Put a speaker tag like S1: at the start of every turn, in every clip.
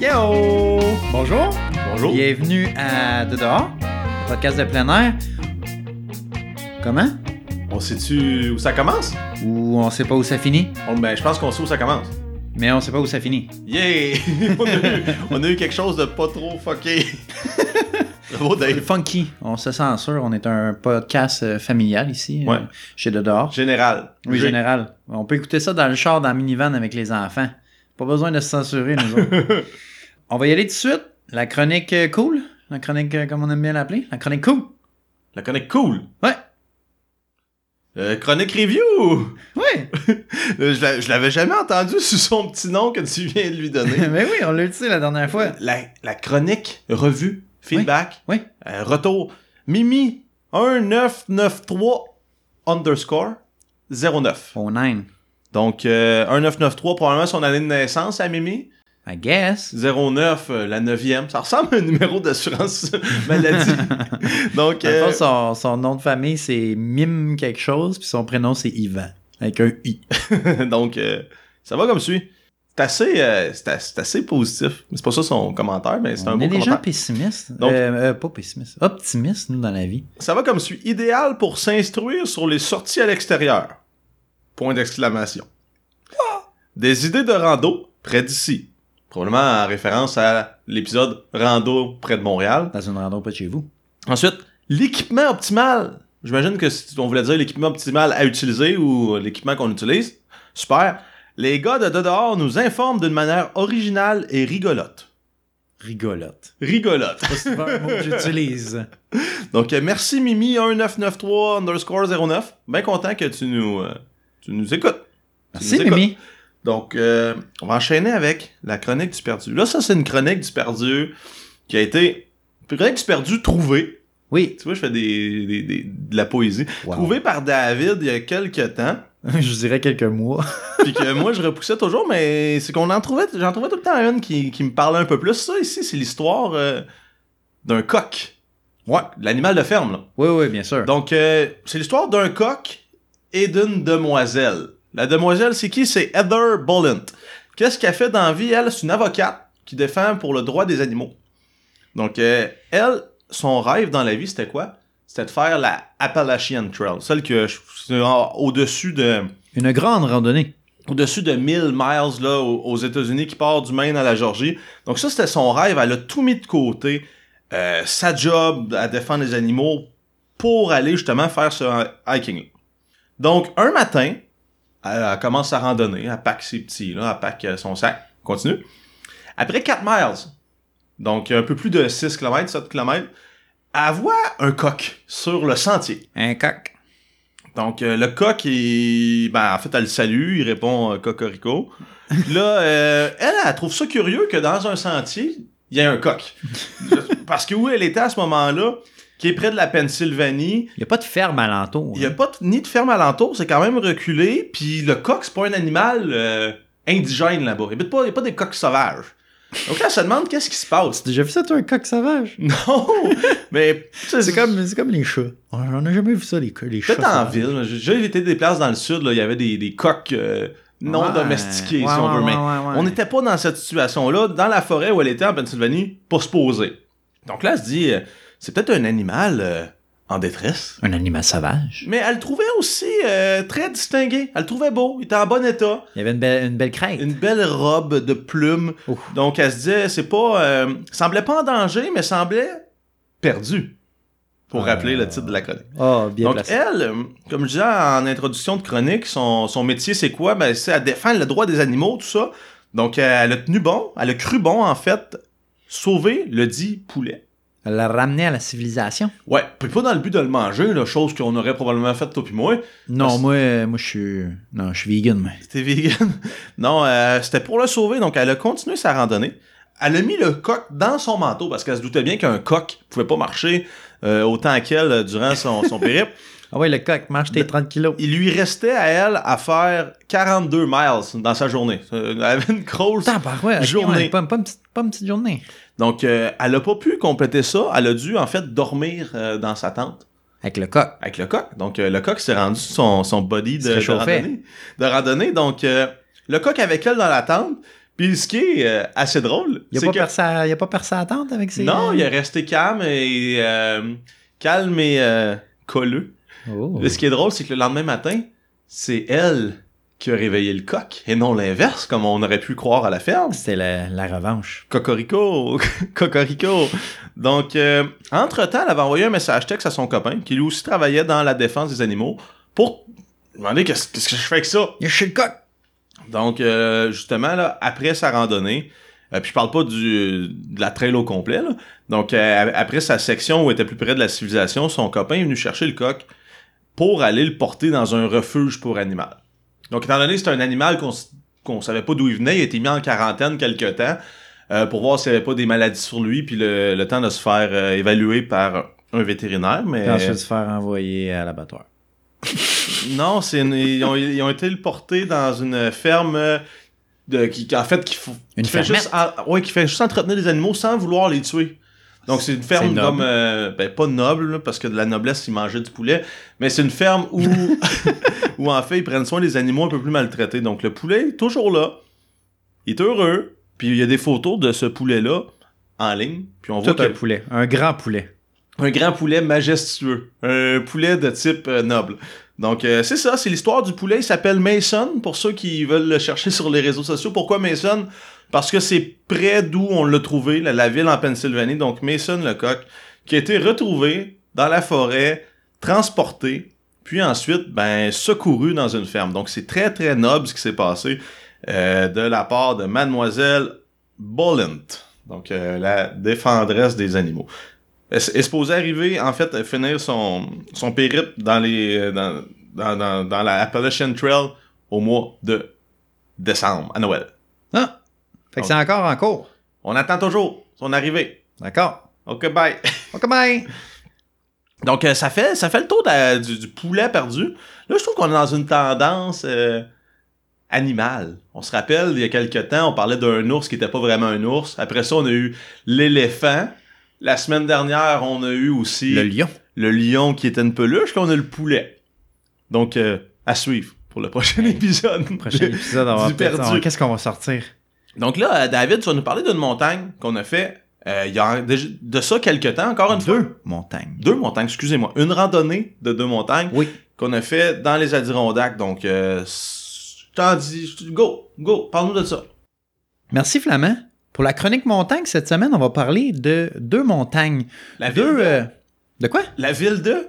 S1: Yo! Bonjour!
S2: Bonjour.
S1: Bienvenue à De dehors, le podcast de plein air. Comment?
S2: On sait-tu où ça commence?
S1: Ou on sait pas où ça finit,
S2: On- ben, je pense qu'on sait où ça commence.
S1: mais on sait pas où ça finit.
S2: Yeah! on, a eu, on a eu quelque chose de pas trop fucké. Bravo, Dave.
S1: Funky, on se censure, on est un podcast euh, familial ici, euh,
S2: Ouais.
S1: chez De dehors.
S2: Général.
S1: Oui,
S2: J'ai-
S1: général. On peut écouter ça dans le char, dans la minivan avec les enfants. Pas besoin de se censurer, nous autres. on va y aller tout de suite. La chronique euh, cool. La chronique, euh, comme on aime bien l'appeler. La chronique cool.
S2: La chronique cool.
S1: Ouais.
S2: Euh, chronique review.
S1: Oui.
S2: Euh, Je l'a- je l'avais jamais entendu sous son petit nom que tu viens de lui donner.
S1: Mais Ben oui, on l'a utilisé la dernière fois.
S2: la, la chronique revue, feedback,
S1: Oui,
S2: euh, retour. Mimi 1993 underscore 09.
S1: Oh, nine.
S2: Donc, euh, 1993, probablement son année de naissance à Mimi.
S1: I guess.
S2: 09, euh, la 9e. Ça ressemble à un numéro d'assurance maladie. Donc,
S1: Dans le
S2: euh,
S1: fond, son, son nom de famille, c'est Mime quelque chose, puis son prénom, c'est Yvan. Avec un I.
S2: donc euh, ça va comme suit. C'est assez, euh, c'est as- c'est assez positif. C'est pas ça son commentaire, mais c'est un
S1: on
S2: beau
S1: est des gens
S2: commentaire.
S1: pessimistes.
S2: Donc-
S1: Euh, euh, pas pessimistes. Optimistes, nous, dans la vie.
S2: Ça va comme suit. Idéal pour s'instruire sur les sorties à l'extérieur. Point d'exclamation. Des idées de rando près d'ici. Probablement en référence à l'épisode Rando près de Montréal.
S1: Dans une rando pas de chez vous.
S2: Ensuite, l'équipement optimal. J'imagine que si on voulait dire l'équipement optimal à utiliser ou l'équipement qu'on utilise. Super. Les gars de De dehors nous informent d'une manière originale et rigolote.
S1: Rigolote.
S2: Rigolote.
S1: Pas souvent un mot que j'utilise.
S2: Donc, euh, merci Mimi1993 underscore 09. Bien content que tu nous, euh, tu nous écoutes. Tu
S1: Merci,
S2: nous écoutes.
S1: Mimi.
S2: Donc, euh, on va enchaîner avec la chronique du perdu. Là, ça, c'est une chronique du perdu qui a été... Chronique du perdu trouvée.
S1: Oui.
S2: Tu vois, je fais des, des- des- de la poésie.
S1: Wow.
S2: trouvé par David il y a quelques temps,
S1: Je dirais quelques mois.
S2: puis que moi je repoussais toujours, mais c'est qu'on en trouvait, j'en trouvais tout le temps une qui, qui me parlait un peu plus. Ça ici, c'est l'histoire euh, d'un coq. Ouais. L'animal de ferme, là.
S1: Oui, oui, bien sûr.
S2: Donc, euh, c'est l'histoire d'un coq et d'une demoiselle. La demoiselle, c'est qui? C'est Heather Bolland. Qu'est-ce qu'elle fait dans la vie? Elle, c'est une avocate qui défend pour le droit des animaux. Donc, euh, elle, son rêve dans la vie, c'était quoi? C'était de faire la Appalachian Trail, celle que je- c'est en- au-dessus de
S1: Une grande randonnée.
S2: au-dessus de 1000 miles là, au- aux États-Unis qui part du Maine à la Georgie. Donc ça, c'était son rêve. Elle a tout mis de côté. Euh, sa job à défendre les animaux pour aller justement faire ce hiking-là. Donc, un matin, elle, elle commence à randonner. Elle pack ses petits, là, elle pack euh, son sac. Continue. Après 4 miles, donc un peu plus de 6 km, 7 km, elle voit un coq sur le sentier.
S1: Un coq.
S2: Donc, euh, le coq, il... ben, en fait, elle le salue, il répond euh, cocorico. Puis là, euh, elle, elle trouve ça curieux que dans un sentier, il y a un coq. Parce que où elle était à ce moment-là, qui est près de la Pennsylvanie,
S1: Il n'y a pas de ferme alentour. hein.
S2: il n'y a pas de- ni de ferme alentour, c'est quand même reculé, puis le coq, c'est pas un animal euh, indigène là-bas. Il n'y a, pas des coqs sauvages. Donc là, elle se demande qu'est-ce qui se passe.
S1: T'as déjà vu ça, toi, un coq sauvage?
S2: Non! Mais
S1: C'est comme, c'est comme les chats. On on a jamais vu ça, les, co- les chats.
S2: Peut-être en
S1: sauvages.
S2: ville. J'ai déjà évité des places dans le sud, là, il y avait des, des coqs euh, non
S1: Ouais.
S2: domestiqués,
S1: Ouais,
S2: si on
S1: ouais,
S2: veut. mais
S1: ouais, ouais, ouais.
S2: on n'était pas dans cette situation-là, dans la forêt où elle était en Pennsylvanie, pour se poser. Donc là, elle se dit, euh, c'est peut-être un animal euh, en détresse.
S1: Un animal sauvage.
S2: Mais elle le trouvait aussi euh, très distingué. Elle le trouvait beau, il était en bon état.
S1: Il y avait une belle, une belle crête.
S2: Une belle robe de plumes.
S1: Ouf.
S2: Donc elle se disait, c'est pas... euh, semblait pas en danger, mais semblait perdu. Pour rappeler
S1: Euh,
S2: le titre de la chronique.
S1: Oh, bien
S2: Donc,
S1: placé.
S2: elle, euh, comme je disais en introduction de chronique, son, son métier, c'est quoi? Ben, c'est à défendre le droit des animaux, tout ça. Donc, euh, elle a tenu bon, elle a cru bon, en fait, sauver le dit poulet.
S1: Elle l'a ramené à la civilisation.
S2: Ouais, puis pas dans le but de le manger, la chose qu'on aurait probablement faite, toi puis moi.
S1: Non,
S2: Parce-
S1: moi, euh, moi, je suis. Non, je suis vegan, mais.
S2: C'était vegan. non, euh, c'était pour le sauver, donc elle a continué sa randonnée. Elle a mis le coq dans son manteau parce qu'elle se doutait bien qu'un coq pouvait pas marcher euh, autant qu'elle euh, durant son, son périple.
S1: Ah ouais, le coq, mange tes 30 kilos.
S2: Il lui restait à elle à faire 42 miles dans sa journée. Euh, Elle avait une grosse.
S1: Putain, bah ouais, ok,
S2: Journée.
S1: ouais, pas, pas une petite, pas une petite journée.
S2: Donc, euh, elle a pas pu compléter ça. Elle a dû, en fait, dormir euh, dans sa tente
S1: Avec le coq.
S2: avec le coq. Donc, euh, le coq s'est rendu son, son body
S1: Il se
S2: de, de
S1: réchauffait.
S2: randonnée. De randonnée. Donc, euh, le coq avec elle dans la tente. Puis ce qui est euh, assez drôle,
S1: Il
S2: c'est
S1: n'a
S2: que...
S1: pas, percé à- il a pas percé à la tente avec ses.
S2: Non, il est resté calme et... euh, calme et euh, colleux.
S1: Oh.
S2: Mais ce qui est drôle, c'est que le lendemain matin, c'est elle qui a réveillé le coq, et non l'inverse, comme on aurait pu croire à la ferme.
S1: C'était la, la revanche.
S2: Cocorico, cocorico. Donc, euh, entre-temps, elle avait envoyé un message texte à son copain, qui lui aussi travaillait dans la défense des animaux, pour demander qu'est-ce qu'est-ce que je fais avec ça.
S1: Il est chez le coq.
S2: Donc, euh, justement, là, après sa randonnée, euh, puis je parle pas du, de la trail au complet, là. donc euh, après sa section où elle était plus près de la civilisation, son copain est venu chercher le coq pour aller le porter dans un refuge pour animal. Donc, étant donné que c'est un animal qu'on s- qu'on savait pas d'où il venait, il a été mis en quarantaine quelque temps euh, pour voir s'il n'y avait pas des maladies sur lui, puis le, le temps de se faire euh, évaluer par un vétérinaire, mais...
S1: Puis ensuite se faire envoyer à l'abattoir.
S2: Non, c'est une- ils, ont, ils ont été le porter dans une ferme euh, de, qui, qui- en fait, qui, fou-
S1: Une
S2: qui fait
S1: fermette.
S2: juste, ah, ouais, qui fait juste entretenir des animaux sans vouloir les tuer. Donc c'est une ferme
S1: noble.
S2: comme euh, ben, pas noble là, parce que de la noblesse ils mangeaient du poulet, mais c'est une ferme où où en fait ils prennent soin des animaux un peu plus maltraités. Donc le poulet est toujours là, il est heureux, puis il y a des photos de ce poulet là en ligne, puis on voit
S1: Tout un
S2: que-
S1: poulet. Un grand poulet.
S2: un grand poulet majestueux. Un poulet de type euh, noble. Donc, euh, c'est ça, c'est l'histoire du poulet. Il s'appelle Mason, pour ceux qui veulent le chercher sur les réseaux sociaux. Pourquoi Mason? Parce que c'est près d'où on l'a trouvé, la, la ville en Pennsylvanie. Donc, Mason le coq, qui a été retrouvé dans la forêt, transporté, puis ensuite, ben, secouru dans une ferme. Donc, c'est très, très noble ce qui s'est passé euh, de la part de Mademoiselle Bollant. Donc, euh, la défendresse des animaux. Elle s- elle est supposée arriver, en fait, à finir son, son périple dans les euh, dans, dans, dans, dans la Appalachian Trail au mois de décembre, à Noël.
S1: Ah! Fait que c'est encore en cours.
S2: On attend toujours son arrivée.
S1: D'accord.
S2: OK, bye.
S1: Ok, bye.
S2: Donc, euh, ça, fait, ça fait le tour de la- du, du poulet perdu. Là, je trouve qu'on est dans une tendance euh, animale. On se rappelle, il y a quelques temps, on parlait d'un ours qui n'était pas vraiment un ours. Après ça, on a eu l'éléphant. La semaine dernière, on a eu aussi...
S1: Le lion.
S2: le lion qui était une peluche, là on a le poulet. Donc euh, à suivre pour le prochain épisode.
S1: Prochain épisode, on va
S2: Du
S1: peut-être-
S2: perdu.
S1: on- Qu'est-ce qu'on va sortir?
S2: Donc là, euh, David, tu vas nous parler d'une montagne qu'on a fait euh, il y a déjà- de ça quelques temps, encore une fois.
S1: Deux montagnes.
S2: Deux montagnes, excusez-moi. Une randonnée de deux montagnes
S1: Oui.
S2: qu'on a fait dans les Adirondacks. Donc euh, s- je t'en dis, je- go, go, parle-nous de ça.
S1: Merci Flamand. Pour la chronique montagne, cette semaine, on va parler de deux montagnes.
S2: La ville,
S1: deux.
S2: de,
S1: euh, de quoi?
S2: la ville de...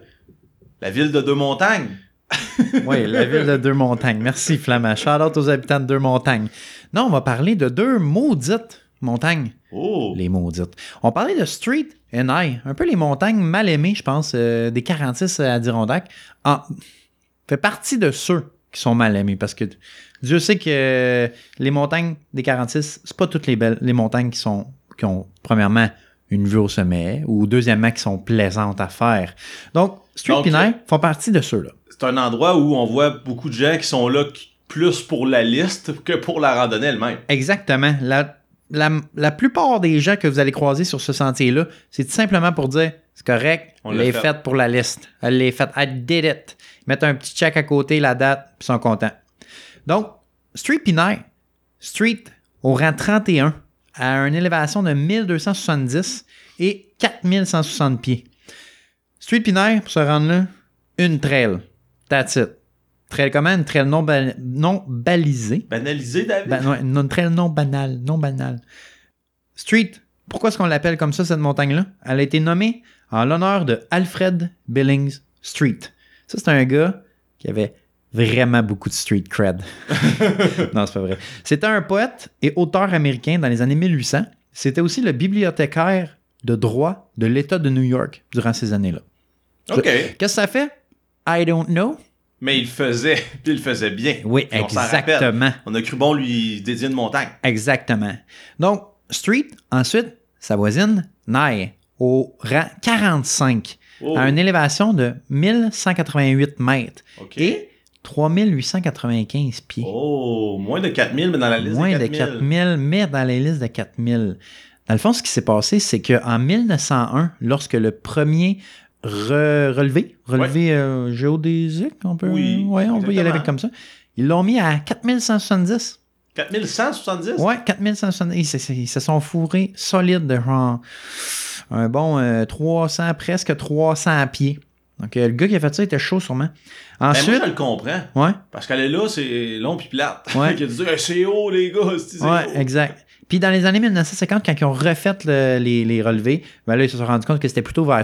S2: La ville de deux montagnes.
S1: Oui, la ville de Deux Montagnes. Merci, Flamand. Shout out aux habitants de Deux Montagnes. Non, on va parler de deux maudites montagnes.
S2: Oh,
S1: Les maudites. On parlait de Street and I, un peu les montagnes mal aimées, je pense, euh, des 46 à Dirondac. En... Fait partie de ceux qui sont mal aimés parce que Dieu sait que euh, les montagnes des 46, c'est pas toutes les belles, les montagnes qui sont qui ont premièrement une vue au sommet ou deuxièmement qui sont plaisantes à faire. Donc, Street
S2: Donc, euh,
S1: and I font partie de ceux-là.
S2: c'est un endroit où on voit beaucoup de gens qui sont là qui- plus pour la liste que pour la randonnée elle-même.
S1: Exactement. La, la, la plupart des gens que vous allez croiser sur ce sentier-là, c'est tout simplement pour dire c'est correct,
S2: On
S1: elle
S2: l'a
S1: est
S2: fait.
S1: faite pour la liste. Elle l'est faite. I did it. Ils mettent un petit check à côté, la date, puis ils sont contents. Donc, Street Pinay, Street au rang 31, à une élévation de 1270 et 4160 pieds. Street Pinay, pour se rendre là, une trail. That's it. Trail comment? Une trail non, bal- non balisée.
S2: Banalisé, David?
S1: Ba- ouais, non, trail non banal, non banal. Street, pourquoi est-ce qu'on l'appelle comme ça, cette montagne-là? Elle a été nommée en l'honneur de Alfred Billings Street. Ça, c'est un gars qui avait vraiment beaucoup de street cred. non, c'est pas vrai. C'était un poète et auteur américain dans les années 1800. C'était aussi le bibliothécaire de droit de l'État de New York durant ces années-là.
S2: OK.
S1: Qu'est-ce que ça fait? I don't know.
S2: Mais il le faisait, puis il le faisait bien.
S1: Oui,
S2: Puis on s'en rappelle.
S1: exactement.
S2: On a cru bon lui dédier une montagne.
S1: Exactement. Donc, Street, ensuite, sa voisine, Nye, au rang 45,
S2: Oh,
S1: à une élévation de 1188 mètres
S2: OK.
S1: et 3895 pieds.
S2: Oh, moins de 4000, mais dans la liste
S1: Moins
S2: de
S1: de
S2: 4000.
S1: 4000, mais dans les listes de 4000. Dans le fond, ce qui s'est passé, c'est qu'en 1901, lorsque le premier re- relevé, relevé euh, géodésique, on peut,
S2: Oui,
S1: ouais, on peut y aller
S2: exactement.
S1: avec comme ça, ils l'ont mis à 4170.
S2: 4170?
S1: Ouais, 4170. Ils, se- se- ils se sont fourrés solides de genre un bon euh, 300, presque 300 pieds. Donc, euh, le gars qui a fait ça était chaud sûrement.
S2: Ben, moi,
S1: Ensuite,
S2: je le comprends.
S1: ouais,
S2: Parce qu'elle est là, c'est long pis plate.
S1: Ouais.
S2: Qui a dit, Hey, c'est haut, les gars, c'est c'est haut.
S1: ouais, exact. Puis dans les années 1950, quand ils ont refait le- les, les relevés, ben là, ils se sont rendus compte que c'était plutôt vers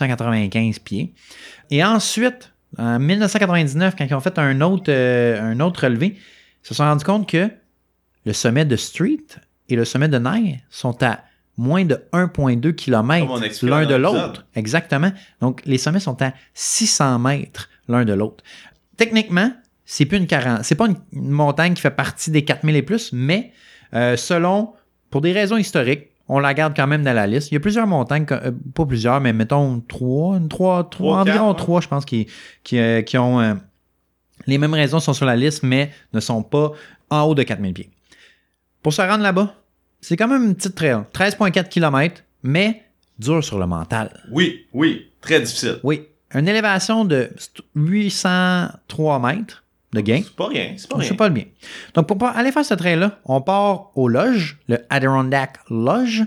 S1: 3895 pieds. Et ensuite, en 1999, quand ils ont fait un autre, euh, un autre relevé, ils se sont rendus compte que le sommet de Street et le sommet de Nye sont à moins de 1,2
S2: Comme on
S1: km
S2: explique
S1: l'un
S2: dans
S1: de
S2: l'épisode.
S1: l'autre. Exactement. Donc, les sommets sont à 600 mètres l'un de l'autre. Techniquement, c'est plus une 40 c'est pas une, une montagne qui fait partie des 4000 et plus, mais euh, selon, pour des raisons historiques, on la garde quand même dans la liste. Il y a plusieurs montagnes, que- euh, pas plusieurs, mais mettons trois, une trois, trois,
S2: Trois, quatre,
S1: environ
S2: ouais.
S1: trois, je pense, qui, qui, euh, qui ont euh, les mêmes raisons sont sur la liste, mais ne sont pas en haut de 4000 pieds. Pour se rendre là-bas, c'est quand même une petite trail, 13,4 km, mais dur sur le mental.
S2: Oui, oui, très difficile.
S1: Oui, une élévation de 803 mètres de gain.
S2: C'est pas rien, c'est pas
S1: Je
S2: rien.
S1: sais pas le bien. Donc, pour pas- aller faire ce train-là, on part aux loges, le Adirondack Lodge,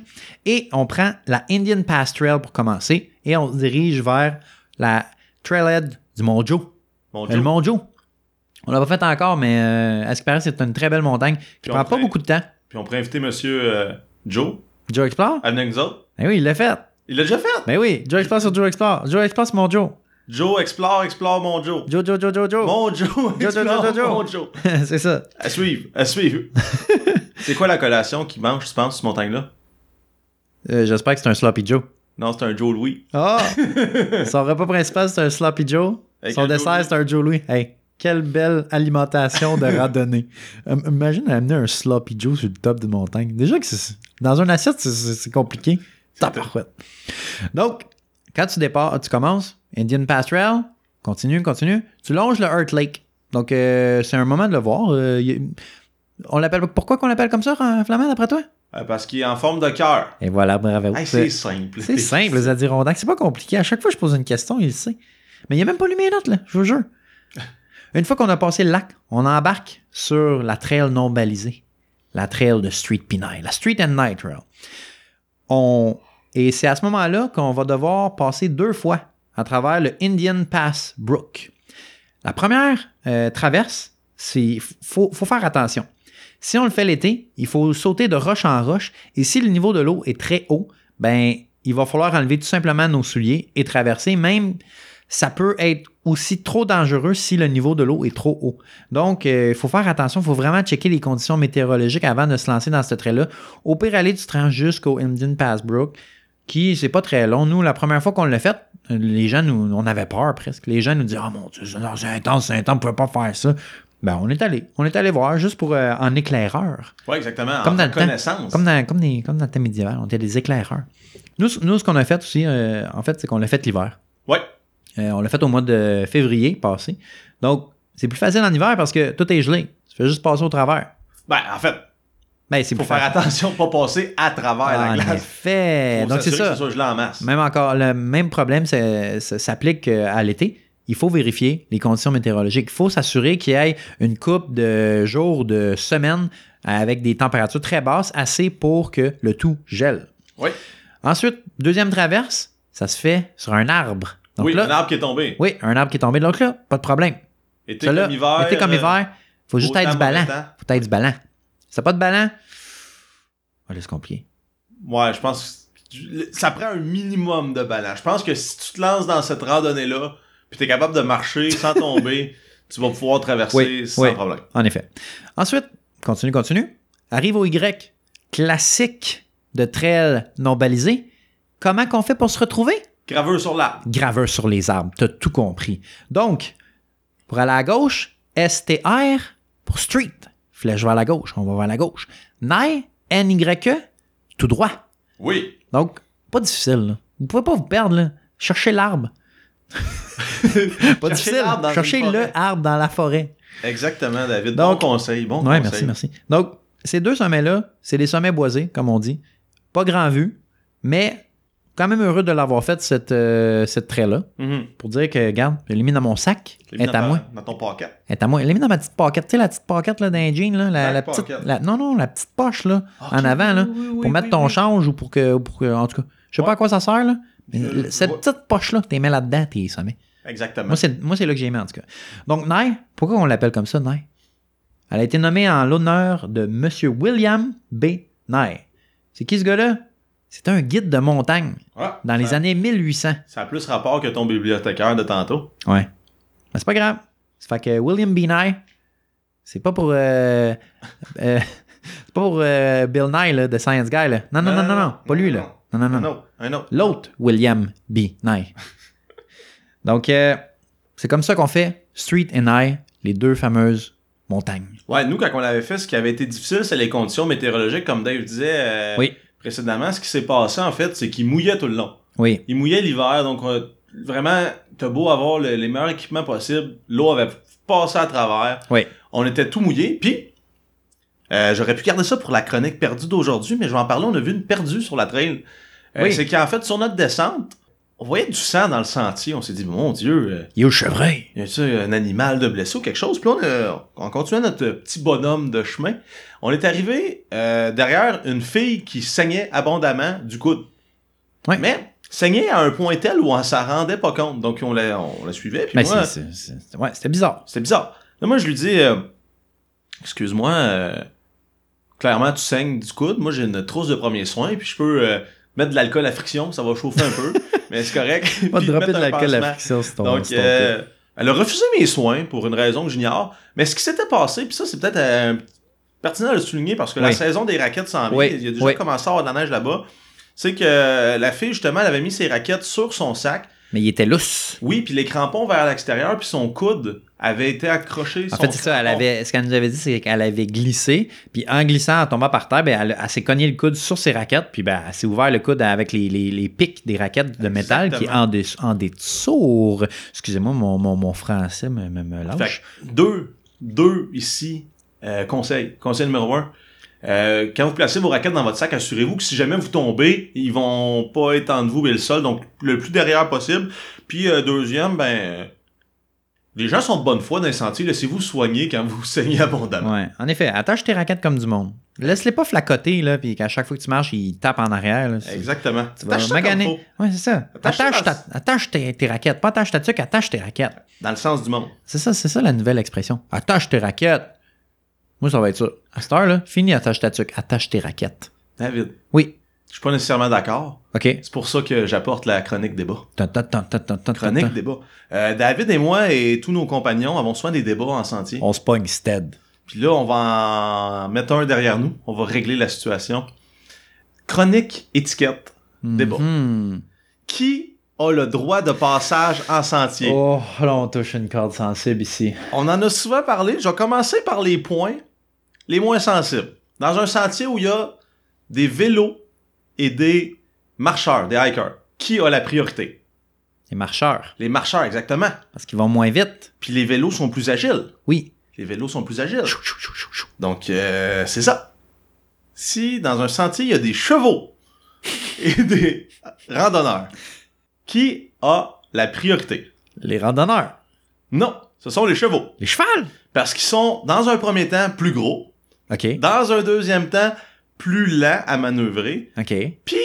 S1: et on prend la Indian Pass Trail pour commencer, et on se dirige vers la trailhead du Mont Joe.
S2: Mon
S1: Le
S2: Dieu.
S1: Mont Joe. On l'a pas fait encore, mais euh, à ce qui paraît, c'est une très belle montagne qui
S2: Puis on
S1: prend pas
S2: fait-
S1: beaucoup de temps.
S2: Puis on pourrait inviter monsieur euh, Joe
S1: Joe Explore?
S2: à venir avec nous autres.
S1: Ben oui, il l'a fait.
S2: Il l'a déjà fait.
S1: Ben oui, Joe Explore sur Joe Explore. Joe Explore sur Mont Joe.
S2: Joe, explore, explore mon Joe.
S1: Joe, Joe, Joe, Joe, Joe.
S2: Mon Joe,
S1: Joe, Joe, Joe,
S2: explore
S1: Joe.
S2: mon Joe.
S1: c'est ça.
S2: À suivre, à suivre. c'est quoi la collation qui mange, tu penses, sur cette montagne-là?
S1: Euh, J'espère que c'est un Sloppy Joe.
S2: Non, c'est un Joe Louis.
S1: Ah! Son repas principal, c'est un Sloppy Joe.
S2: Avec
S1: Son
S2: un Joe
S1: dessert,
S2: Louis.
S1: c'est un Joe Louis. Hey, quelle belle alimentation de randonnée. Euh, imagine amener un Sloppy Joe sur le top d'une montagne. Déjà que c'est- dans une assiette, c'est- c'est c'est compliqué. Tabarouette. Donc, quand tu départs, tu commences, Indian Pass Trail, continue, continue, tu longes le Earth Lake. Donc, euh, c'est un moment de le voir. Euh, y- on l'appelle, pourquoi qu'on l'appelle comme ça, en flamand, d'après toi?
S2: Euh, parce qu'il est en forme de cœur.
S1: Et voilà, bravo.
S2: Hey, c'est simple.
S1: C'est simple, les Adirondacks. C'est pas compliqué. À chaque fois que je pose une question, il le sait. Mais il a même pas lu mes notes, là, je vous jure. Une fois qu'on a passé le lac, on embarque sur la trail non balisée. La trail de Street Pinay, la Street and Night Trail. On... Et c'est à ce moment-là qu'on va devoir passer deux fois à travers le Indian Pass Brook. La première euh, traverse, il faut, faut faire attention. Si on le fait l'été, il faut sauter de roche en roche et si le niveau de l'eau est très haut, ben il va falloir enlever tout simplement nos souliers et traverser. Même ça peut être aussi trop dangereux si le niveau de l'eau est trop haut. Donc, euh, il faut faire attention, il faut vraiment checker les conditions météorologiques avant de se lancer dans ce trait-là. Au pire, aller du train jusqu'au Indian Pass Brook, qui c'est pas très long. Nous, la première fois qu'on l'a fait, les gens nous, on avait peur presque. Les gens nous disaient Oh mon Dieu, c'est non, c'est intense, c'est intense, on pouvait pas faire ça. Ben, on est allé. On est allé voir juste pour euh, en éclaireur.
S2: Oui, exactement.
S1: Comme
S2: en
S1: dans le temps.
S2: connaissance.
S1: Comme dans, comme, des- comme dans le temps médiéval, on était des éclaireurs. Nous, ce- nous ce qu'on a fait aussi, euh, en fait, c'est qu'on l'a fait l'hiver.
S2: Ouais.
S1: Euh, on l'a fait au mois de février passé. Donc, c'est plus facile en hiver parce que tout est gelé. Tu fais juste passer au travers.
S2: Ben, en fait,
S1: Ben, c'est
S2: faut
S1: plus
S2: faire
S1: facile.
S2: attention de pas passer à travers la
S1: En
S2: glace.
S1: effet. Ah, eh,
S2: Faut
S1: Donc, c'est
S2: s'assurer
S1: ça.
S2: Que ce soit gelé en masse.
S1: Même encore, le même problème c'est- ça s'applique euh, à l'été. Il faut vérifier les conditions météorologiques. Il faut s'assurer qu'il y ait une coupe de jours, de semaines euh, avec des températures très basses, assez pour que le tout gèle.
S2: Oui.
S1: Ensuite, deuxième traverse, ça se fait sur un arbre. Donc
S2: oui,
S1: là,
S2: un arbre qui est tombé.
S1: oui, un arbre qui est tombé. Donc là, pas de problème.
S2: Été
S1: Celui-là,
S2: comme hiver.
S1: été comme
S2: euh,
S1: hiver, faut juste
S2: beau
S1: être
S2: temps,
S1: du ballon.
S2: mauvais temps.
S1: Faut être du ballon. Si t'as pas de ballon, on va se compliquer.
S2: Ouais, je pense que tu- ça prend un minimum de ballon. Je pense que si tu te lances dans cette randonnée-là, puis t'es capable de marcher sans tomber, tu vas pouvoir traverser
S1: Oui,
S2: sans
S1: oui.
S2: problème.
S1: En effet. Ensuite, continue, continue. Arrive au Y. Classique de trail non balisé. Comment qu'on fait pour se retrouver?
S2: Graveur sur l'arbre.
S1: Graveur sur les arbres. T'as tout compris. Donc, pour aller à gauche, STR pour street. Flèche vers la gauche. On va vers la gauche. NY, NYE, E, tout droit.
S2: Oui.
S1: Donc, pas difficile. là. Vous pouvez pas vous perdre. Là. Cherchez l'arbre. pas
S2: Cherchez
S1: difficile.
S2: l'arbre dans une
S1: Cherchez le
S2: forêt.
S1: arbre dans la forêt.
S2: Exactement, David.
S1: Donc-
S2: bon conseil. Bon
S1: Ouais, merci,
S2: conseil.
S1: merci. Donc, ces deux sommets-là, c'est des sommets boisés, comme on dit. Pas grand vue, mais quand même heureux de l'avoir fait, cette, euh, cette trait-là,
S2: Mhm.
S1: pour dire que, regarde, je l'ai mis dans mon sac,
S2: Je l'ai
S1: elle
S2: mis
S1: est à
S2: dans
S1: moi.
S2: ta- hein, Dans ton paquet.
S1: Elle est à moi. Elle est mise dans ma petite pocket. Tu sais, la petite pocket là, d'un jean, là, la,
S2: Back
S1: la petite,
S2: pocket.
S1: la- non, non, la petite poche là,
S2: Ok,
S1: en avant, là,
S2: oui, oui,
S1: pour
S2: oui,
S1: mettre
S2: oui,
S1: ton
S2: oui.
S1: change ou pour que, ou pour que- en tout cas, je sais
S2: Ouais.
S1: pas à quoi ça sert là. Mais
S2: Je-
S1: le-
S2: je
S1: Euh, cette
S2: vois.
S1: petite poche là, t'es mets là-dedans, t'es ça met.
S2: Exactement.
S1: Moi c'est, moi c'est là que j'ai mis en tout cas. Donc Nair, pourquoi on l'appelle comme ça Nair Elle a été nommée en l'honneur de Monsieur William B. Nair. C'est qui ce gars-là C'est un guide de montagne
S2: Ouais,
S1: dans les
S2: ça,
S1: années 1800.
S2: Ah. Ça a plus rapport que ton bibliothécaire de tantôt.
S1: Ouais. Mais c'est pas grave. Ça fait que William B. Nye, c'est pas pour. euh, euh, c'est pas pour euh, Bill Nye, là, de Science Guy. Là. Non, non, non, non, non, Pas lui, là. Non, non, non.
S2: Un autre. Un autre.
S1: L'autre William B. Nye. Donc, euh, c'est comme ça qu'on fait Street et Nye, les deux fameuses montagnes.
S2: Ouais, nous, quand on l'avait fait, ce qui avait été difficile, c'est les conditions météorologiques, comme Dave disait euh,
S1: Oui.
S2: précédemment. Ce qui s'est passé, en fait, c'est qu'il mouillait tout le long.
S1: Oui,
S2: Il mouillait l'hiver, donc euh, vraiment, t'as beau avoir le- les meilleurs équipements possibles, l'eau avait passé à travers.
S1: Oui.
S2: On était tout mouillé, puis euh, j'aurais pu garder ça pour la chronique perdue d'aujourd'hui, mais je vais en parler. On a vu une perdue sur la trail. Euh,
S1: Oui.
S2: C'est qu'en fait, sur notre descente, on voyait du sang dans le sentier. On s'est dit, mon Dieu, euh,
S1: il est au chevreuil.
S2: y a-tu un animal de blessé ou quelque chose? Puis là, on, a- on continuait notre petit bonhomme de chemin. On est arrivé euh, derrière une fille qui saignait abondamment du coude.
S1: Ouais.
S2: Mais saignait à un point tel où on s'en rendait pas compte. Donc, on la, on la suivait. Puis
S1: Mais
S2: moi,
S1: Ben, c'est- c'est- c'est- ouais, c'était bizarre.
S2: c'était bizarre. Là, moi, je lui dis, euh, excuse-moi, euh, clairement, tu saignes du coude. Moi, j'ai une trousse de premiers soins, puis je peux euh, mettre de l'alcool à friction, ça va chauffer un peu, mais c'est correct.
S1: Pas
S2: Puis
S1: de dropper de
S2: mettre un
S1: l'alcool à
S2: pansement.
S1: friction, c'est ton,
S2: Donc,
S1: c'est ton
S2: euh, elle a refusé mes soins pour une raison que j'ignore. Mais ce qui s'était passé, puis ça, c'est peut-être euh, pertinent de le souligner parce que la
S1: Oui.
S2: saison des raquettes s'en vient.
S1: Oui,
S2: Il y a déjà
S1: oui.
S2: commencé à avoir de la neige là-bas. C'est que euh, la fille, justement, elle avait mis ses raquettes sur son sac.
S1: Mais il était lousse.
S2: Oui, puis les crampons vers l'extérieur, puis son coude avait été accroché.
S1: En
S2: son
S1: fait, c'est ça, elle
S2: crampon.
S1: avait, ce qu'elle nous avait dit, c'est qu'elle avait glissé, puis en glissant, en tombant par terre, ben, elle, elle s'est cogné le coude sur ses raquettes, puis ben, elle s'est ouvert le coude avec les, les- les pics des raquettes de métal qui
S2: Exactement.
S1: en, des, en des sourds. Excusez-moi, mon, mon, mon français me, me, me lâche.
S2: Deux, deux ici, euh, conseil. Conseil numéro un. Euh, quand vous placez vos raquettes dans votre sac, assurez-vous que si jamais vous tombez, ils vont pas être entre vous et le sol, donc le plus derrière possible. Puis euh, deuxième, ben euh, les gens sont de bonne foi dans les sentiers, laissez-vous soigner quand vous saignez abondamment.
S1: Ouais. En effet, attache tes raquettes comme du monde. Laisse-les pas flacoter, là, puis qu'à chaque fois que tu marches, ils tapent en arrière. là. C'est-
S2: Exactement.
S1: Tu vas
S2: Attache ça comme
S1: maganer.
S2: faut,
S1: Ouais, c'est ça.
S2: Attache
S1: Attache,
S2: ça dans-
S1: ta- attache tes, tes raquettes. Pas attache ta tuque, attache tes raquettes.
S2: dans le sens du monde.
S1: C'est ça, c'est ça la nouvelle expression. Attache tes raquettes. Moi, ça va être ça. À cette heure-là, fini, attache ta tuque, attache tes raquettes.
S2: David,
S1: Oui.
S2: je suis pas nécessairement d'accord.
S1: OK.
S2: C'est pour ça que j'apporte la chronique débat.
S1: Tan, tan, tan, tan, tan, tan,
S2: Chronique
S1: tan.
S2: débat. Euh, David et moi et tous nos compagnons avons soin des débats en sentier.
S1: On se pogne stead.
S2: Puis là, on va en mettre un derrière nous. On va régler la situation. Chronique étiquette. Débat.
S1: Mhm.
S2: Qui a le droit de passage en sentier?
S1: Oh, là, on touche une corde sensible ici.
S2: On en a souvent parlé. Je vais commencer par les points les moins sensibles. Dans un sentier où il y a des vélos et des marcheurs, des hikers, qui a la priorité?
S1: Les marcheurs,
S2: Les marcheurs, exactement.
S1: parce qu'ils vont moins vite.
S2: Puis les vélos sont plus agiles.
S1: Oui.
S2: Les vélos sont plus agiles.
S1: Chou, chou, chou, chou, chou.
S2: Donc, euh, c'est ça. Si dans un sentier, il y a des chevaux et des randonneurs, qui a la priorité?
S1: Les randonneurs.
S2: Non, ce sont les chevaux.
S1: Les chevals.
S2: Parce qu'ils sont, dans un premier temps, plus gros,
S1: OK.
S2: dans un deuxième temps, plus lents à manœuvrer,
S1: OK.
S2: puis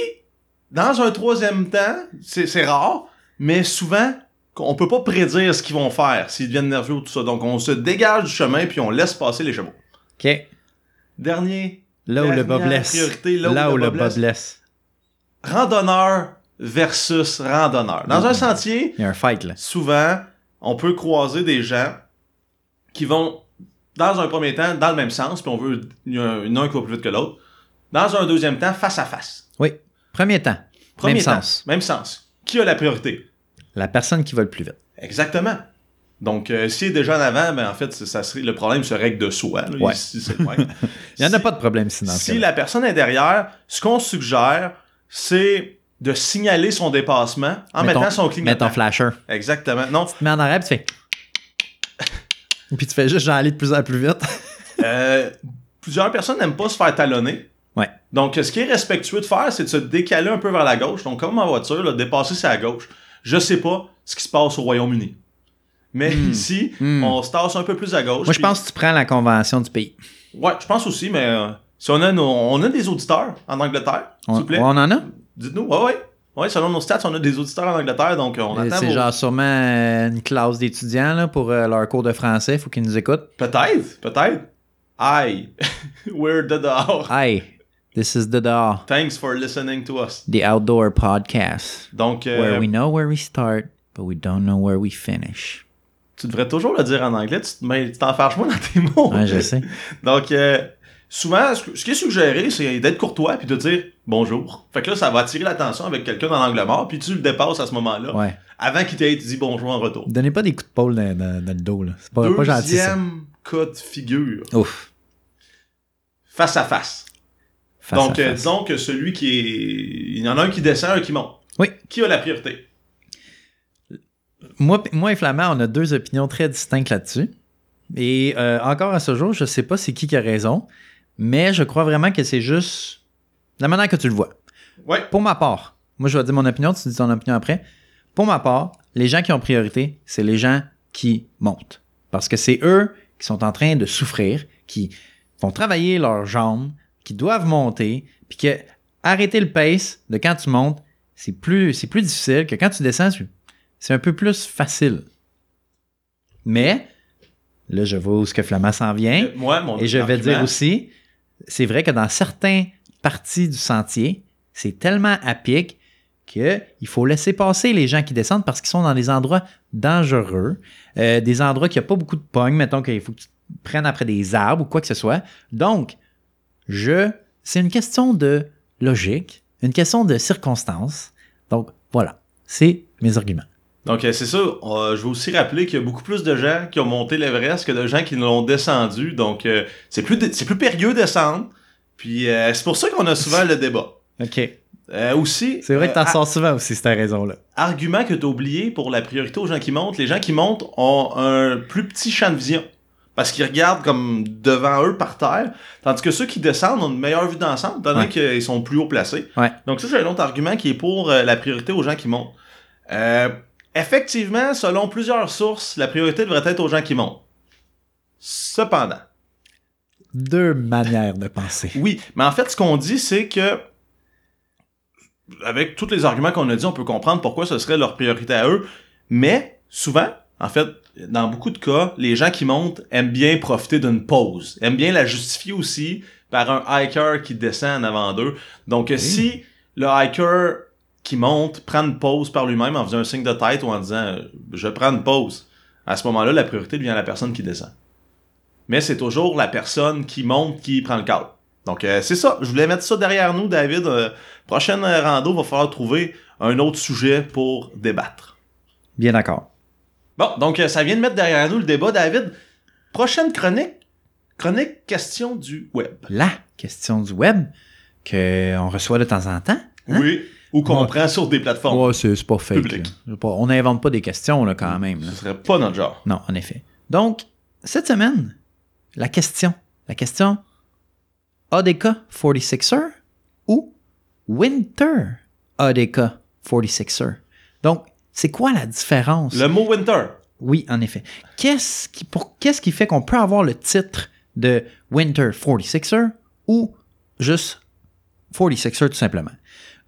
S2: dans un troisième temps, c'est c'est rare, mais souvent, on peut pas prédire ce qu'ils vont faire, s'ils deviennent nerveux ou tout ça. Donc, on se dégage du chemin, puis on laisse passer les chevaux.
S1: OK.
S2: Dernier
S1: Là où le bas
S2: Dernière
S1: blesse.
S2: priorité, là où le bas blesse.
S1: blesse.
S2: randonneur versus randonneur. Dans un
S1: Mhm.
S2: sentier,
S1: Il y a un fight, là.
S2: souvent, on peut croiser des gens qui vont, dans un premier temps, dans le même sens, puis on veut il y en a un, qui va plus vite que l'autre. Dans un deuxième temps, face à face.
S1: Oui. Premier temps.
S2: Premier
S1: Même
S2: temps,
S1: sens.
S2: Même sens. Qui a la priorité?
S1: La personne qui va le plus vite.
S2: Exactement. Donc, euh, s'il est déjà en avant, ben, en fait, c'est- ça serait, le problème se règle de soi. là.
S1: Ouais.
S2: Il- si- c'est- ouais.
S1: Il n'y en a
S2: Si-
S1: pas de problème sinon. dans ce
S2: Si
S1: cas-là.
S2: la personne est derrière, ce qu'on suggère, c'est de signaler son dépassement en
S1: Mets ton-
S2: mettant son
S1: Mets
S2: clignotant.
S1: ton flasher.
S2: Exactement. Non,
S1: Tu te mets en arrière, puis tu fais. puis tu fais juste j'en aller de plus en plus vite.
S2: euh, plusieurs personnes n'aiment pas se faire talonner.
S1: Ouais.
S2: Donc, ce qui est respectueux de faire, c'est de se décaler un peu vers la gauche. Donc, comme en voiture, là, dépasser, c'est à gauche. Je sais pas ce qui se passe au Royaume-Uni. Mais
S1: Hmm.
S2: ici,
S1: Hmm.
S2: on se tasse un peu plus à gauche.
S1: Moi, je
S2: puis-
S1: pense que tu prends la convention du pays.
S2: Ouais, je pense aussi, mais euh, si on a, nos- on a des auditeurs en Angleterre, s'il
S1: On,
S2: vous plaît,
S1: on en a?
S2: dites-nous. Ouais, ouais. Ouais, selon nos stats, on a des auditeurs en Angleterre, donc euh, on
S1: Euh,
S2: attend
S1: C'est
S2: vos-
S1: genre sûrement euh, une classe d'étudiants là, pour euh, leur cours de français. Faut qu'ils nous écoutent.
S2: Peut-être, peut-être. Aïe. We're the dehors.
S1: Hey, this is the dehors,
S2: Thanks for listening to us.
S1: the outdoor podcast,
S2: Donc, euh,
S1: where we know where we start, but we don't know where we finish.
S2: tu devrais toujours le dire en anglais, tu te mets- tu t'enfarges moins dans tes mots.
S1: Ouais, je sais.
S2: Donc, euh, souvent, ce, que- ce qui est suggéré, c'est d'être courtois puis de dire bonjour. Fait que là, ça va attirer l'attention avec quelqu'un dans l'angle mort, puis tu le dépasses à ce moment-là,
S1: Ouais.
S2: avant qu'il t'ait dit bonjour en retour.
S1: Donnez pas des coups de pôle dans, dans- dans le dos, là. C'est pas, pas gentil, ça.
S2: Deuxième cas de figure,
S1: Ouf.
S2: face à face.
S1: Face
S2: Donc,
S1: à
S2: euh,
S1: face.
S2: disons que celui qui est... Il y en a un qui descend, un qui monte.
S1: Oui.
S2: Qui a la priorité?
S1: Moi, p- moi et Flamand, on a deux opinions très distinctes là-dessus. Et euh, encore à ce jour, je sais pas c'est qui qui a raison, mais je crois vraiment que c'est juste la manière que tu le vois.
S2: Ouais.
S1: Pour ma part, moi je vais dire mon opinion, tu dis ton opinion après. Pour ma part, les gens qui ont priorité, c'est les gens qui montent. Parce que c'est eux qui sont en train de souffrir, qui vont travailler leurs jambes, qui doivent monter, puis que arrêter le pace de quand tu montes, c'est plus, c'est plus difficile que quand tu descends, c'est- c'est un peu plus facile. Mais, là je vois où ce que Flamand s'en vient.
S2: Euh, Moi, mon
S1: Hein? Et je vais
S2: argument-
S1: dire aussi, c'est vrai que dans certaines parties du sentier, c'est tellement à pic qu'il faut laisser passer les gens qui descendent parce qu'ils sont dans des endroits dangereux, euh, des endroits qui n'y a pas beaucoup de pogne, mettons qu'il faut que tu te prennes après des arbres ou quoi que ce soit. Donc, je, c'est une question de logique, une question de circonstances. Donc, voilà, c'est mes arguments.
S2: Donc, euh, c'est ça. euh, je veux aussi rappeler qu'il y a beaucoup plus de gens qui ont monté l'Everest que de gens qui l'ont descendu. Donc, euh, c'est plus, dé- c'est plus périlleux descendre. Puis, euh, c'est pour ça qu'on a souvent le débat.
S1: OK. ah.
S2: Euh, aussi,
S1: C'est vrai que t'en
S2: euh,
S1: sors souvent aussi, cette raison-là.
S2: ar- argument que tu oublié pour la priorité aux gens qui montent, les gens qui montent ont un plus petit champ de vision. Parce qu'ils regardent comme devant eux par terre, tandis que ceux qui descendent ont une meilleure vue d'ensemble, étant donné
S1: Ouais.
S2: qu'ils sont plus haut placés.
S1: Ouais.
S2: Donc ça, c'est un autre argument qui est pour euh, la priorité aux gens qui montent. Euh, effectivement, selon plusieurs sources, la priorité devrait être aux gens qui montent. Cependant,
S1: Deux manières de penser.
S2: oui, mais en fait, ce qu'on dit, c'est que avec tous les arguments qu'on a dit, on peut comprendre pourquoi ce serait leur priorité à eux. Mais souvent, en fait, dans beaucoup de cas, les gens qui montent aiment bien profiter d'une pause, aiment bien la justifier aussi par un hiker qui descend en avant d'eux. Donc,
S1: Oui.
S2: si le hiker qui monte prend une pause par lui-même en faisant un signe de tête ou en disant euh, je prends une pause, à ce moment-là, la priorité devient à la personne qui descend. Mais c'est toujours la personne qui monte qui prend le cadre. Donc, euh, c'est ça. Je voulais mettre ça derrière nous, David. Euh, prochaine euh, rando, va falloir trouver un autre sujet pour débattre.
S1: Bien d'accord.
S2: Bon, donc, euh, ça vient de mettre derrière nous le débat, David. Prochaine chronique. Chronique question du web.
S1: la question du web qu'on reçoit de temps en temps. Hein?
S2: Oui. Ou qu'on
S1: Ouais.
S2: prend sur des plateformes.
S1: Ouais, c'est c'est pas fake.
S2: Public.
S1: là. C'est pas- on n'invente pas des questions là, quand même. là.
S2: Ce serait pas notre genre.
S1: Non, en effet. Donc, cette semaine, la question. La question ADK 46er ou Winter ADK 46er. Donc, c'est quoi la différence?
S2: Le mot winter.
S1: Oui, en effet. Qu'est-ce qui, pour- qu'est-ce qui fait qu'on peut avoir le titre de Winter 46er ou juste 46er tout simplement?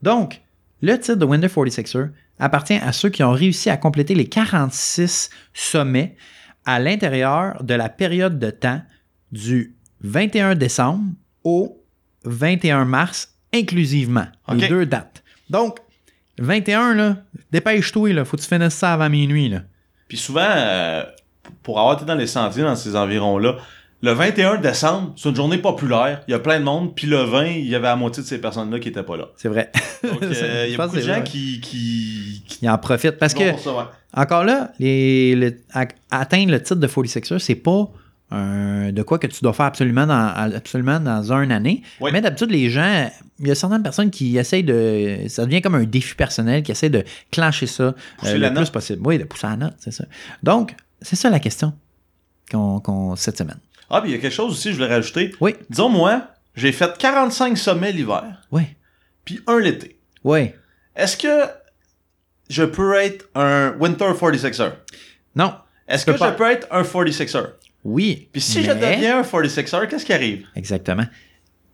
S1: Donc, le titre de Winter 46er appartient à ceux qui ont réussi à compléter les 46 sommets à l'intérieur de la période de temps du 21 décembre au 21 mars inclusivement.
S2: Ok.
S1: Les deux dates. Donc, 21, là, dépêche-toi, là, faut que tu finisses ça avant minuit. Là.
S2: Puis souvent, euh, pour avoir été dans les sentiers, dans ces environs-là, le 21 décembre, c'est une journée populaire. Il y a plein de monde. Puis le 20, il y avait la moitié de ces personnes-là qui étaient pas là.
S1: C'est vrai.
S2: Donc,
S1: Je
S2: euh, il y a
S1: pense
S2: beaucoup de
S1: que c'est
S2: gens
S1: vrai.
S2: qui, qui, qui
S1: Il en profite. Parce
S2: vont
S1: que,
S2: pour ça, ouais.
S1: encore là, les, le- a- atteindre le titre de 46er, c'est pas un- de quoi que tu dois faire absolument dans, absolument dans une année.
S2: Oui.
S1: Mais d'habitude, les gens, il y a certaines personnes qui essayent de. Ça devient comme un défi personnel, qui essayent de clencher ça euh,
S2: Pousser
S1: le
S2: la
S1: plus
S2: note.
S1: possible. Oui, de pousser la note, c'est ça. Donc, c'est ça la question qu'on qu'on- cette semaine.
S2: Ah, puis il y a quelque chose aussi, je voulais rajouter.
S1: Oui.
S2: Disons, moi, J'ai fait 45 sommets l'hiver,
S1: Ouais.
S2: puis un l'été.
S1: Ouais.
S2: Est-ce que je peux être un Winter 46er?
S1: Non.
S2: Est-ce
S1: Tu
S2: que
S1: peux pas.
S2: je peux être un 46er?
S1: Oui.
S2: Puis si je
S1: mais-
S2: deviens un 46er, qu'est-ce qui arrive?
S1: Exactement.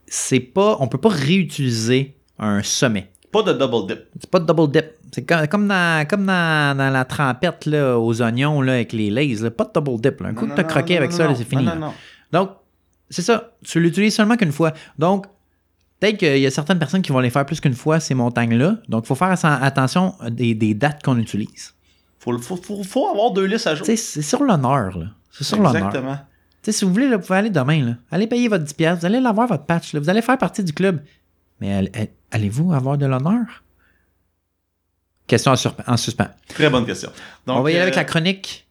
S1: C'est pas. On peut pas réutiliser un sommet.
S2: Pas de double dip.
S1: C'est pas de double dip. C'est comme, comme dans, comme dans, dans la trempette là, aux oignons là, avec les lays. là. Pas de double dip. là. Un coup que t'as croqué avec ça, là, c'est fini. là. Donc, c'est ça. Tu l'utilises seulement qu'une fois. Donc, peut-être qu'il y a certaines personnes qui vont les faire plus qu'une fois, ces montagnes-là. Donc, il faut faire atten- attention des, des dates qu'on utilise.
S2: Faut, faut, faut, faut avoir deux listes à jour.
S1: Tu sais, c'est sur l'honneur, là. C'est sur l'honneur.
S2: Exactement.
S1: Tu sais, si vous voulez, là, vous pouvez aller demain. Là. Allez payer votre 10$, vous allez l'avoir, votre patch. là. Vous allez faire partie du club. Mais all- all- allez-vous avoir de l'honneur? Question en, surp- en suspens.
S2: Très bonne question. Donc,
S1: On va y aller
S2: euh,
S1: avec la chronique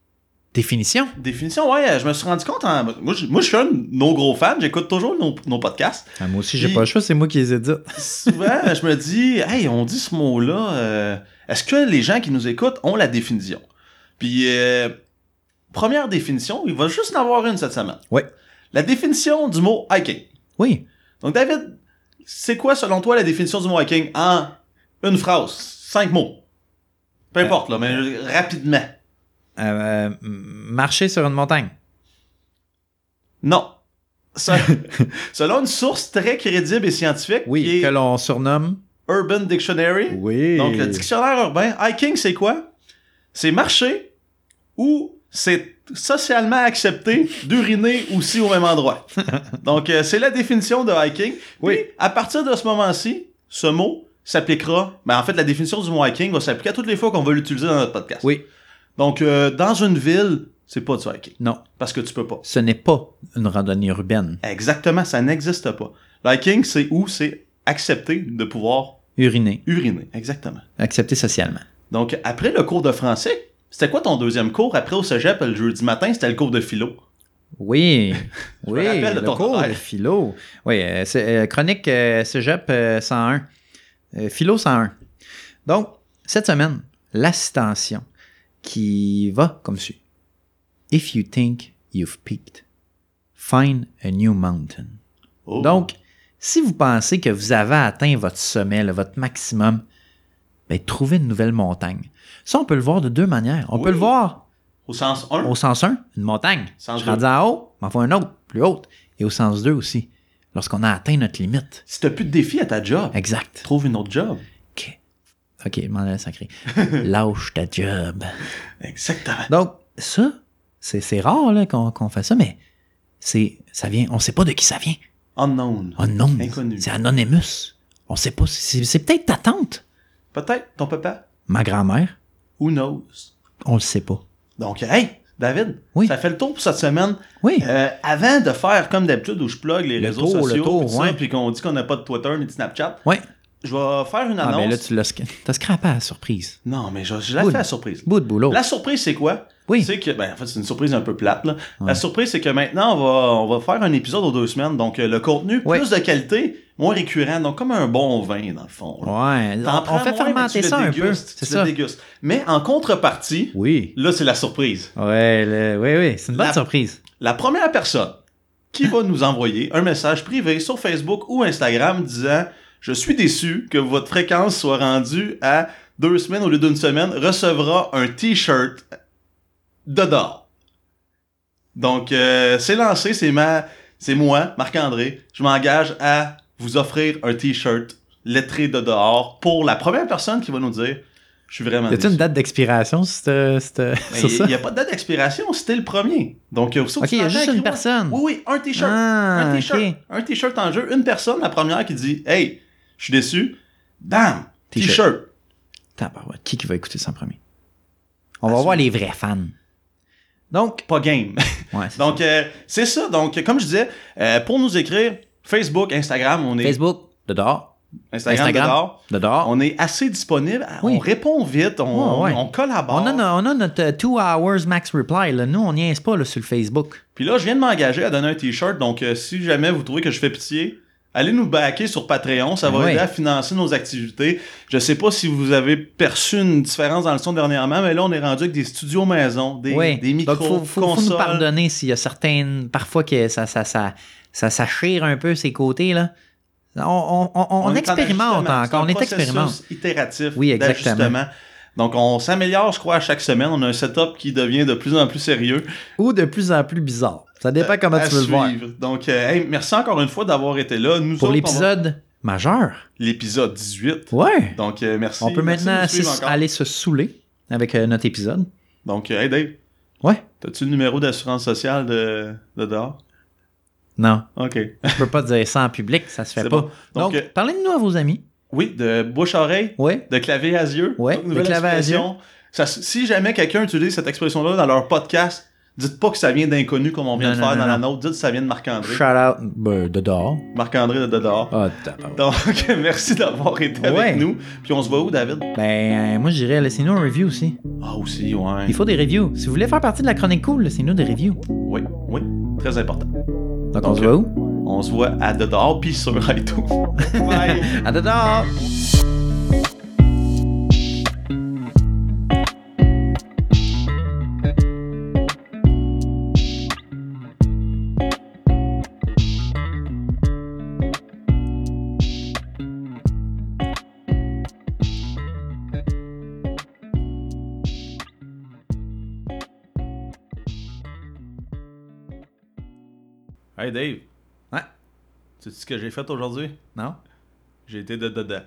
S1: définition.
S2: Définition, ouais, je me suis rendu compte. en- Moi, je, moi, je suis un de nos gros fans, j'écoute toujours nos, nos podcasts.
S1: Ah, moi aussi,
S2: j'ai pas le
S1: choix, c'est moi qui les ai dit.
S2: Souvent, je me dis, hey, on dit ce mot-là, euh, est-ce que les gens qui nous écoutent ont la définition? Puis, euh, première définition, il va juste en avoir une cette semaine.
S1: Ouais.
S2: La définition du mot hiking.
S1: Oui.
S2: Donc, David, c'est quoi selon toi la définition du mot hiking en une phrase, cinq mots? Peu importe, là, mais rapidement.
S1: Euh, m- marcher sur une montagne.
S2: Non. Se- Selon une source très crédible et scientifique, qui
S1: Oui,
S2: est
S1: que l'on surnomme.
S2: Urban Dictionary.
S1: Oui.
S2: Donc, le dictionnaire urbain, hiking, c'est quoi? C'est marcher ou c'est socialement accepté d'uriner aussi au même endroit. Donc, euh, c'est la définition de hiking. Puis,
S1: Oui.
S2: à partir de ce moment-ci, ce mot s'appliquera. Mais en fait, la définition du mot hiking va s'appliquer à toutes les fois qu'on va l'utiliser dans notre podcast.
S1: Oui.
S2: Donc, euh, dans une ville, c'est pas du hiking.
S1: Non,
S2: Parce que tu peux pas.
S1: ce n'est pas une randonnée urbaine.
S2: Exactement, ça n'existe pas. Liking, c'est où c'est accepter de pouvoir
S1: Uriner.
S2: uriner. Exactement.
S1: Accepté socialement.
S2: Donc, après le cours de français, c'était quoi ton deuxième cours? Après au cégep, le jeudi matin, c'était le cours de philo.
S1: Oui.
S2: me
S1: oui.
S2: rappelle de
S1: le
S2: ton
S1: cours de
S2: horaire.
S1: philo. Oui, euh, c'est, euh, chronique euh, cégep euh, 101. Euh, philo 101. Donc, cette semaine, l'assistention qui va comme suit. If you think you've peaked, find a new mountain.
S2: Oh.
S1: Donc, si vous pensez que vous avez atteint votre sommet, là, votre maximum, ben, trouvez une nouvelle montagne. Ça, on peut le voir de deux manières. On
S2: Oui.
S1: peut le voir
S2: au sens 1,
S1: au sens 1, une montagne.
S2: Sens
S1: je
S2: deux.
S1: rendu en haut, m'en faut un autre, plus haute. Et au sens 2 aussi, lorsqu'on a atteint notre limite.
S2: si t'as plus de défi à ta job,
S1: Exact.
S2: trouve une autre job.
S1: OK, OK, je m'en allais sacré. Lâche ta job.
S2: Exactement.
S1: Donc, ça, c'est c'est rare là, qu'on qu'on fait ça, mais c'est ça vient, on sait pas de qui ça vient.
S2: Unknown.
S1: Oh non,
S2: Inconnu.
S1: c'est Anonymous. On sait pas, c'est c'est peut-être ta tante.
S2: Peut-être ton papa.
S1: Ma grand-mère,
S2: Who knows?
S1: on le sait pas.
S2: Donc, hey, David,
S1: Oui.
S2: ça fait le tour pour cette semaine.
S1: Oui,
S2: Euh, avant de faire comme d'habitude où je plug les
S1: Le
S2: réseaux
S1: tour, le
S2: sociaux,
S1: tour,
S2: pis tout ça,
S1: ouais.
S2: puis qu'on dit qu'on n'a pas de Twitter ni de Snapchat,
S1: ouais.
S2: je vais faire une
S1: Ah
S2: annonce.
S1: ben là, tu l'as sc- t'as scrappé à la surprise.
S2: Non, mais je, je la
S1: Oui.
S2: fais à surprise.
S1: Bout de boulot.
S2: La surprise, c'est quoi?
S1: Oui.
S2: C'est que, ben, en fait, c'est une surprise un peu plate, là.
S1: Ouais.
S2: La surprise, c'est que maintenant, on va, on va faire un épisode aux deux semaines. Donc, euh, le contenu,
S1: Ouais.
S2: plus de qualité, moins récurrent. Donc, comme un bon vin, dans le fond. là.
S1: Ouais,
S2: T'en
S1: on, on
S2: prends
S1: fait
S2: moins, mais
S1: fermenter
S2: tu le
S1: ça un peu.
S2: dégustes,
S1: C'est
S2: tu le
S1: ça.
S2: dégustes. Mais en contrepartie,
S1: Oui.
S2: là, c'est la surprise.
S1: Ouais, le- oui, oui, c'est une bonne
S2: La-
S1: surprise.
S2: La première personne qui va nous envoyer un message privé sur Facebook ou Instagram disant Je suis déçu que votre fréquence soit rendue à deux semaines au lieu d'une semaine recevra un t-shirt de d'or. Donc euh, c'est lancé, c'est ma c'est moi, Marc-André. Je m'engage à vous offrir un t-shirt lettré de dehors pour la première personne qui va nous dire Je suis vraiment
S1: Y a-t-il
S2: déçu.
S1: une date d'expiration sur, cette- cette- sur ça?
S2: Il n'y a pas de date d'expiration, c'était le premier. Donc, euh, aussitôt que
S1: Ok,
S2: tu
S1: il y a
S2: l'entends,
S1: juste une
S2: écris-moi.
S1: personne.
S2: Oui, oui, un t-shirt.
S1: Ah,
S2: un
S1: ok.
S2: t-shirt. Un t-shirt en jeu. Une personne, la première, qui dit Hey, je suis déçu. Bam!
S1: T-shirt.
S2: T-shirt.
S1: Tabarouette, qui qui va écouter ça en premier? On va
S2: Assume.
S1: voir les vrais fans. Donc,
S2: Pas game.
S1: ouais, c'est
S2: Donc, euh, c'est ça. Donc, comme je disais, euh, pour nous écrire, Facebook, Instagram, on
S1: ça.
S2: est
S1: Facebook, de dehors,
S2: Instagram,
S1: Instagram.
S2: dehors,
S1: de dehors.
S2: On est assez disponible.
S1: Oui.
S2: On répond vite. On,
S1: Ouais, ouais.
S2: on collabore.
S1: On a, no- on a notre 2 hours max reply. Là. Nous, on niaise pas là, sur le Facebook.
S2: Puis là, je viens de m'engager à donner un t-shirt. Donc, euh, si jamais vous trouvez que je fais pitié, allez nous backer sur Patreon. Ça va
S1: Ah ouais.
S2: aider à financer nos activités. Je sais pas si vous avez perçu une différence dans le son dernièrement, mais là, on est rendu avec des studios maison, des,
S1: Ouais.
S2: des micros,
S1: Donc, faut, faut- faut
S2: consoles.
S1: nous pardonner s'il y a certaines. Parfois, que ça, ça, ça, ça, ça chire un peu ses côtés, là. On, on- on- on
S2: est en
S1: expérimente
S2: ajustement. C'est
S1: encore,
S2: un
S1: on est
S2: processus
S1: expérimenté.
S2: itératif
S1: Oui, exactement.
S2: d'ajustement. Donc, on s'améliore, je crois, à chaque semaine. On a un setup qui devient de plus en plus sérieux.
S1: Ou de plus en plus bizarre. Ça dépend comment
S2: à
S1: tu veux le voir.
S2: suivre. Donc, euh, hey, merci encore une fois d'avoir été là. Nous
S1: Pour
S2: autres, on va-
S1: l'épisode majeur.
S2: l'épisode 18.
S1: Ouais.
S2: Donc, euh, merci.
S1: on peut
S2: Merci de
S1: maintenant
S2: nous suivre
S1: se-
S2: encore.
S1: aller se saouler avec euh, notre épisode.
S2: Donc, euh, hey Dave,
S1: Ouais.
S2: t'as-tu le numéro d'assurance sociale de, de dehors?
S1: Non,
S2: OK.
S1: je peux pas dire ça en public, ça se fait
S2: C'est
S1: pas.
S2: bon.
S1: Donc,
S2: Donc, euh,
S1: parlez de nous à vos amis.
S2: Oui, de bouche-oreille,
S1: Ouais.
S2: de clavier à yeux.
S1: Ouais,
S2: Donc,
S1: de
S2: nouvelle
S1: clavier à
S2: expression. Ça- si jamais quelqu'un utilise cette expression-là dans leur podcast, dites pas que ça vient d'inconnu comme on vient
S1: Non,
S2: de
S1: non,
S2: faire
S1: non,
S2: dans la
S1: non.
S2: nôtre. Dites que ça vient de Marc-André.
S1: Shout out ben, de dehors.
S2: Marc-André de dehors.
S1: Ah, tabarnak.
S2: Donc, merci d'avoir été
S1: Ouais.
S2: avec nous. Puis on se voit où, David?
S1: Ben, euh, moi, je dirais, laissez-nous un review aussi.
S2: Ah, aussi, ouais.
S1: Il faut des reviews. Si vous voulez faire partie de la chronique cool, laissez-nous des reviews.
S2: Oui, oui. Très important.
S1: Donc, on
S2: Ok.
S1: se voit où?
S2: On se voit à de dehors, puis sur iTunes. Bye!
S1: À dehors!
S2: Hey Dave.
S1: Ouais.
S2: Tu sais ce que j'ai fait aujourd'hui?
S1: Non?
S2: J'ai été de dedans.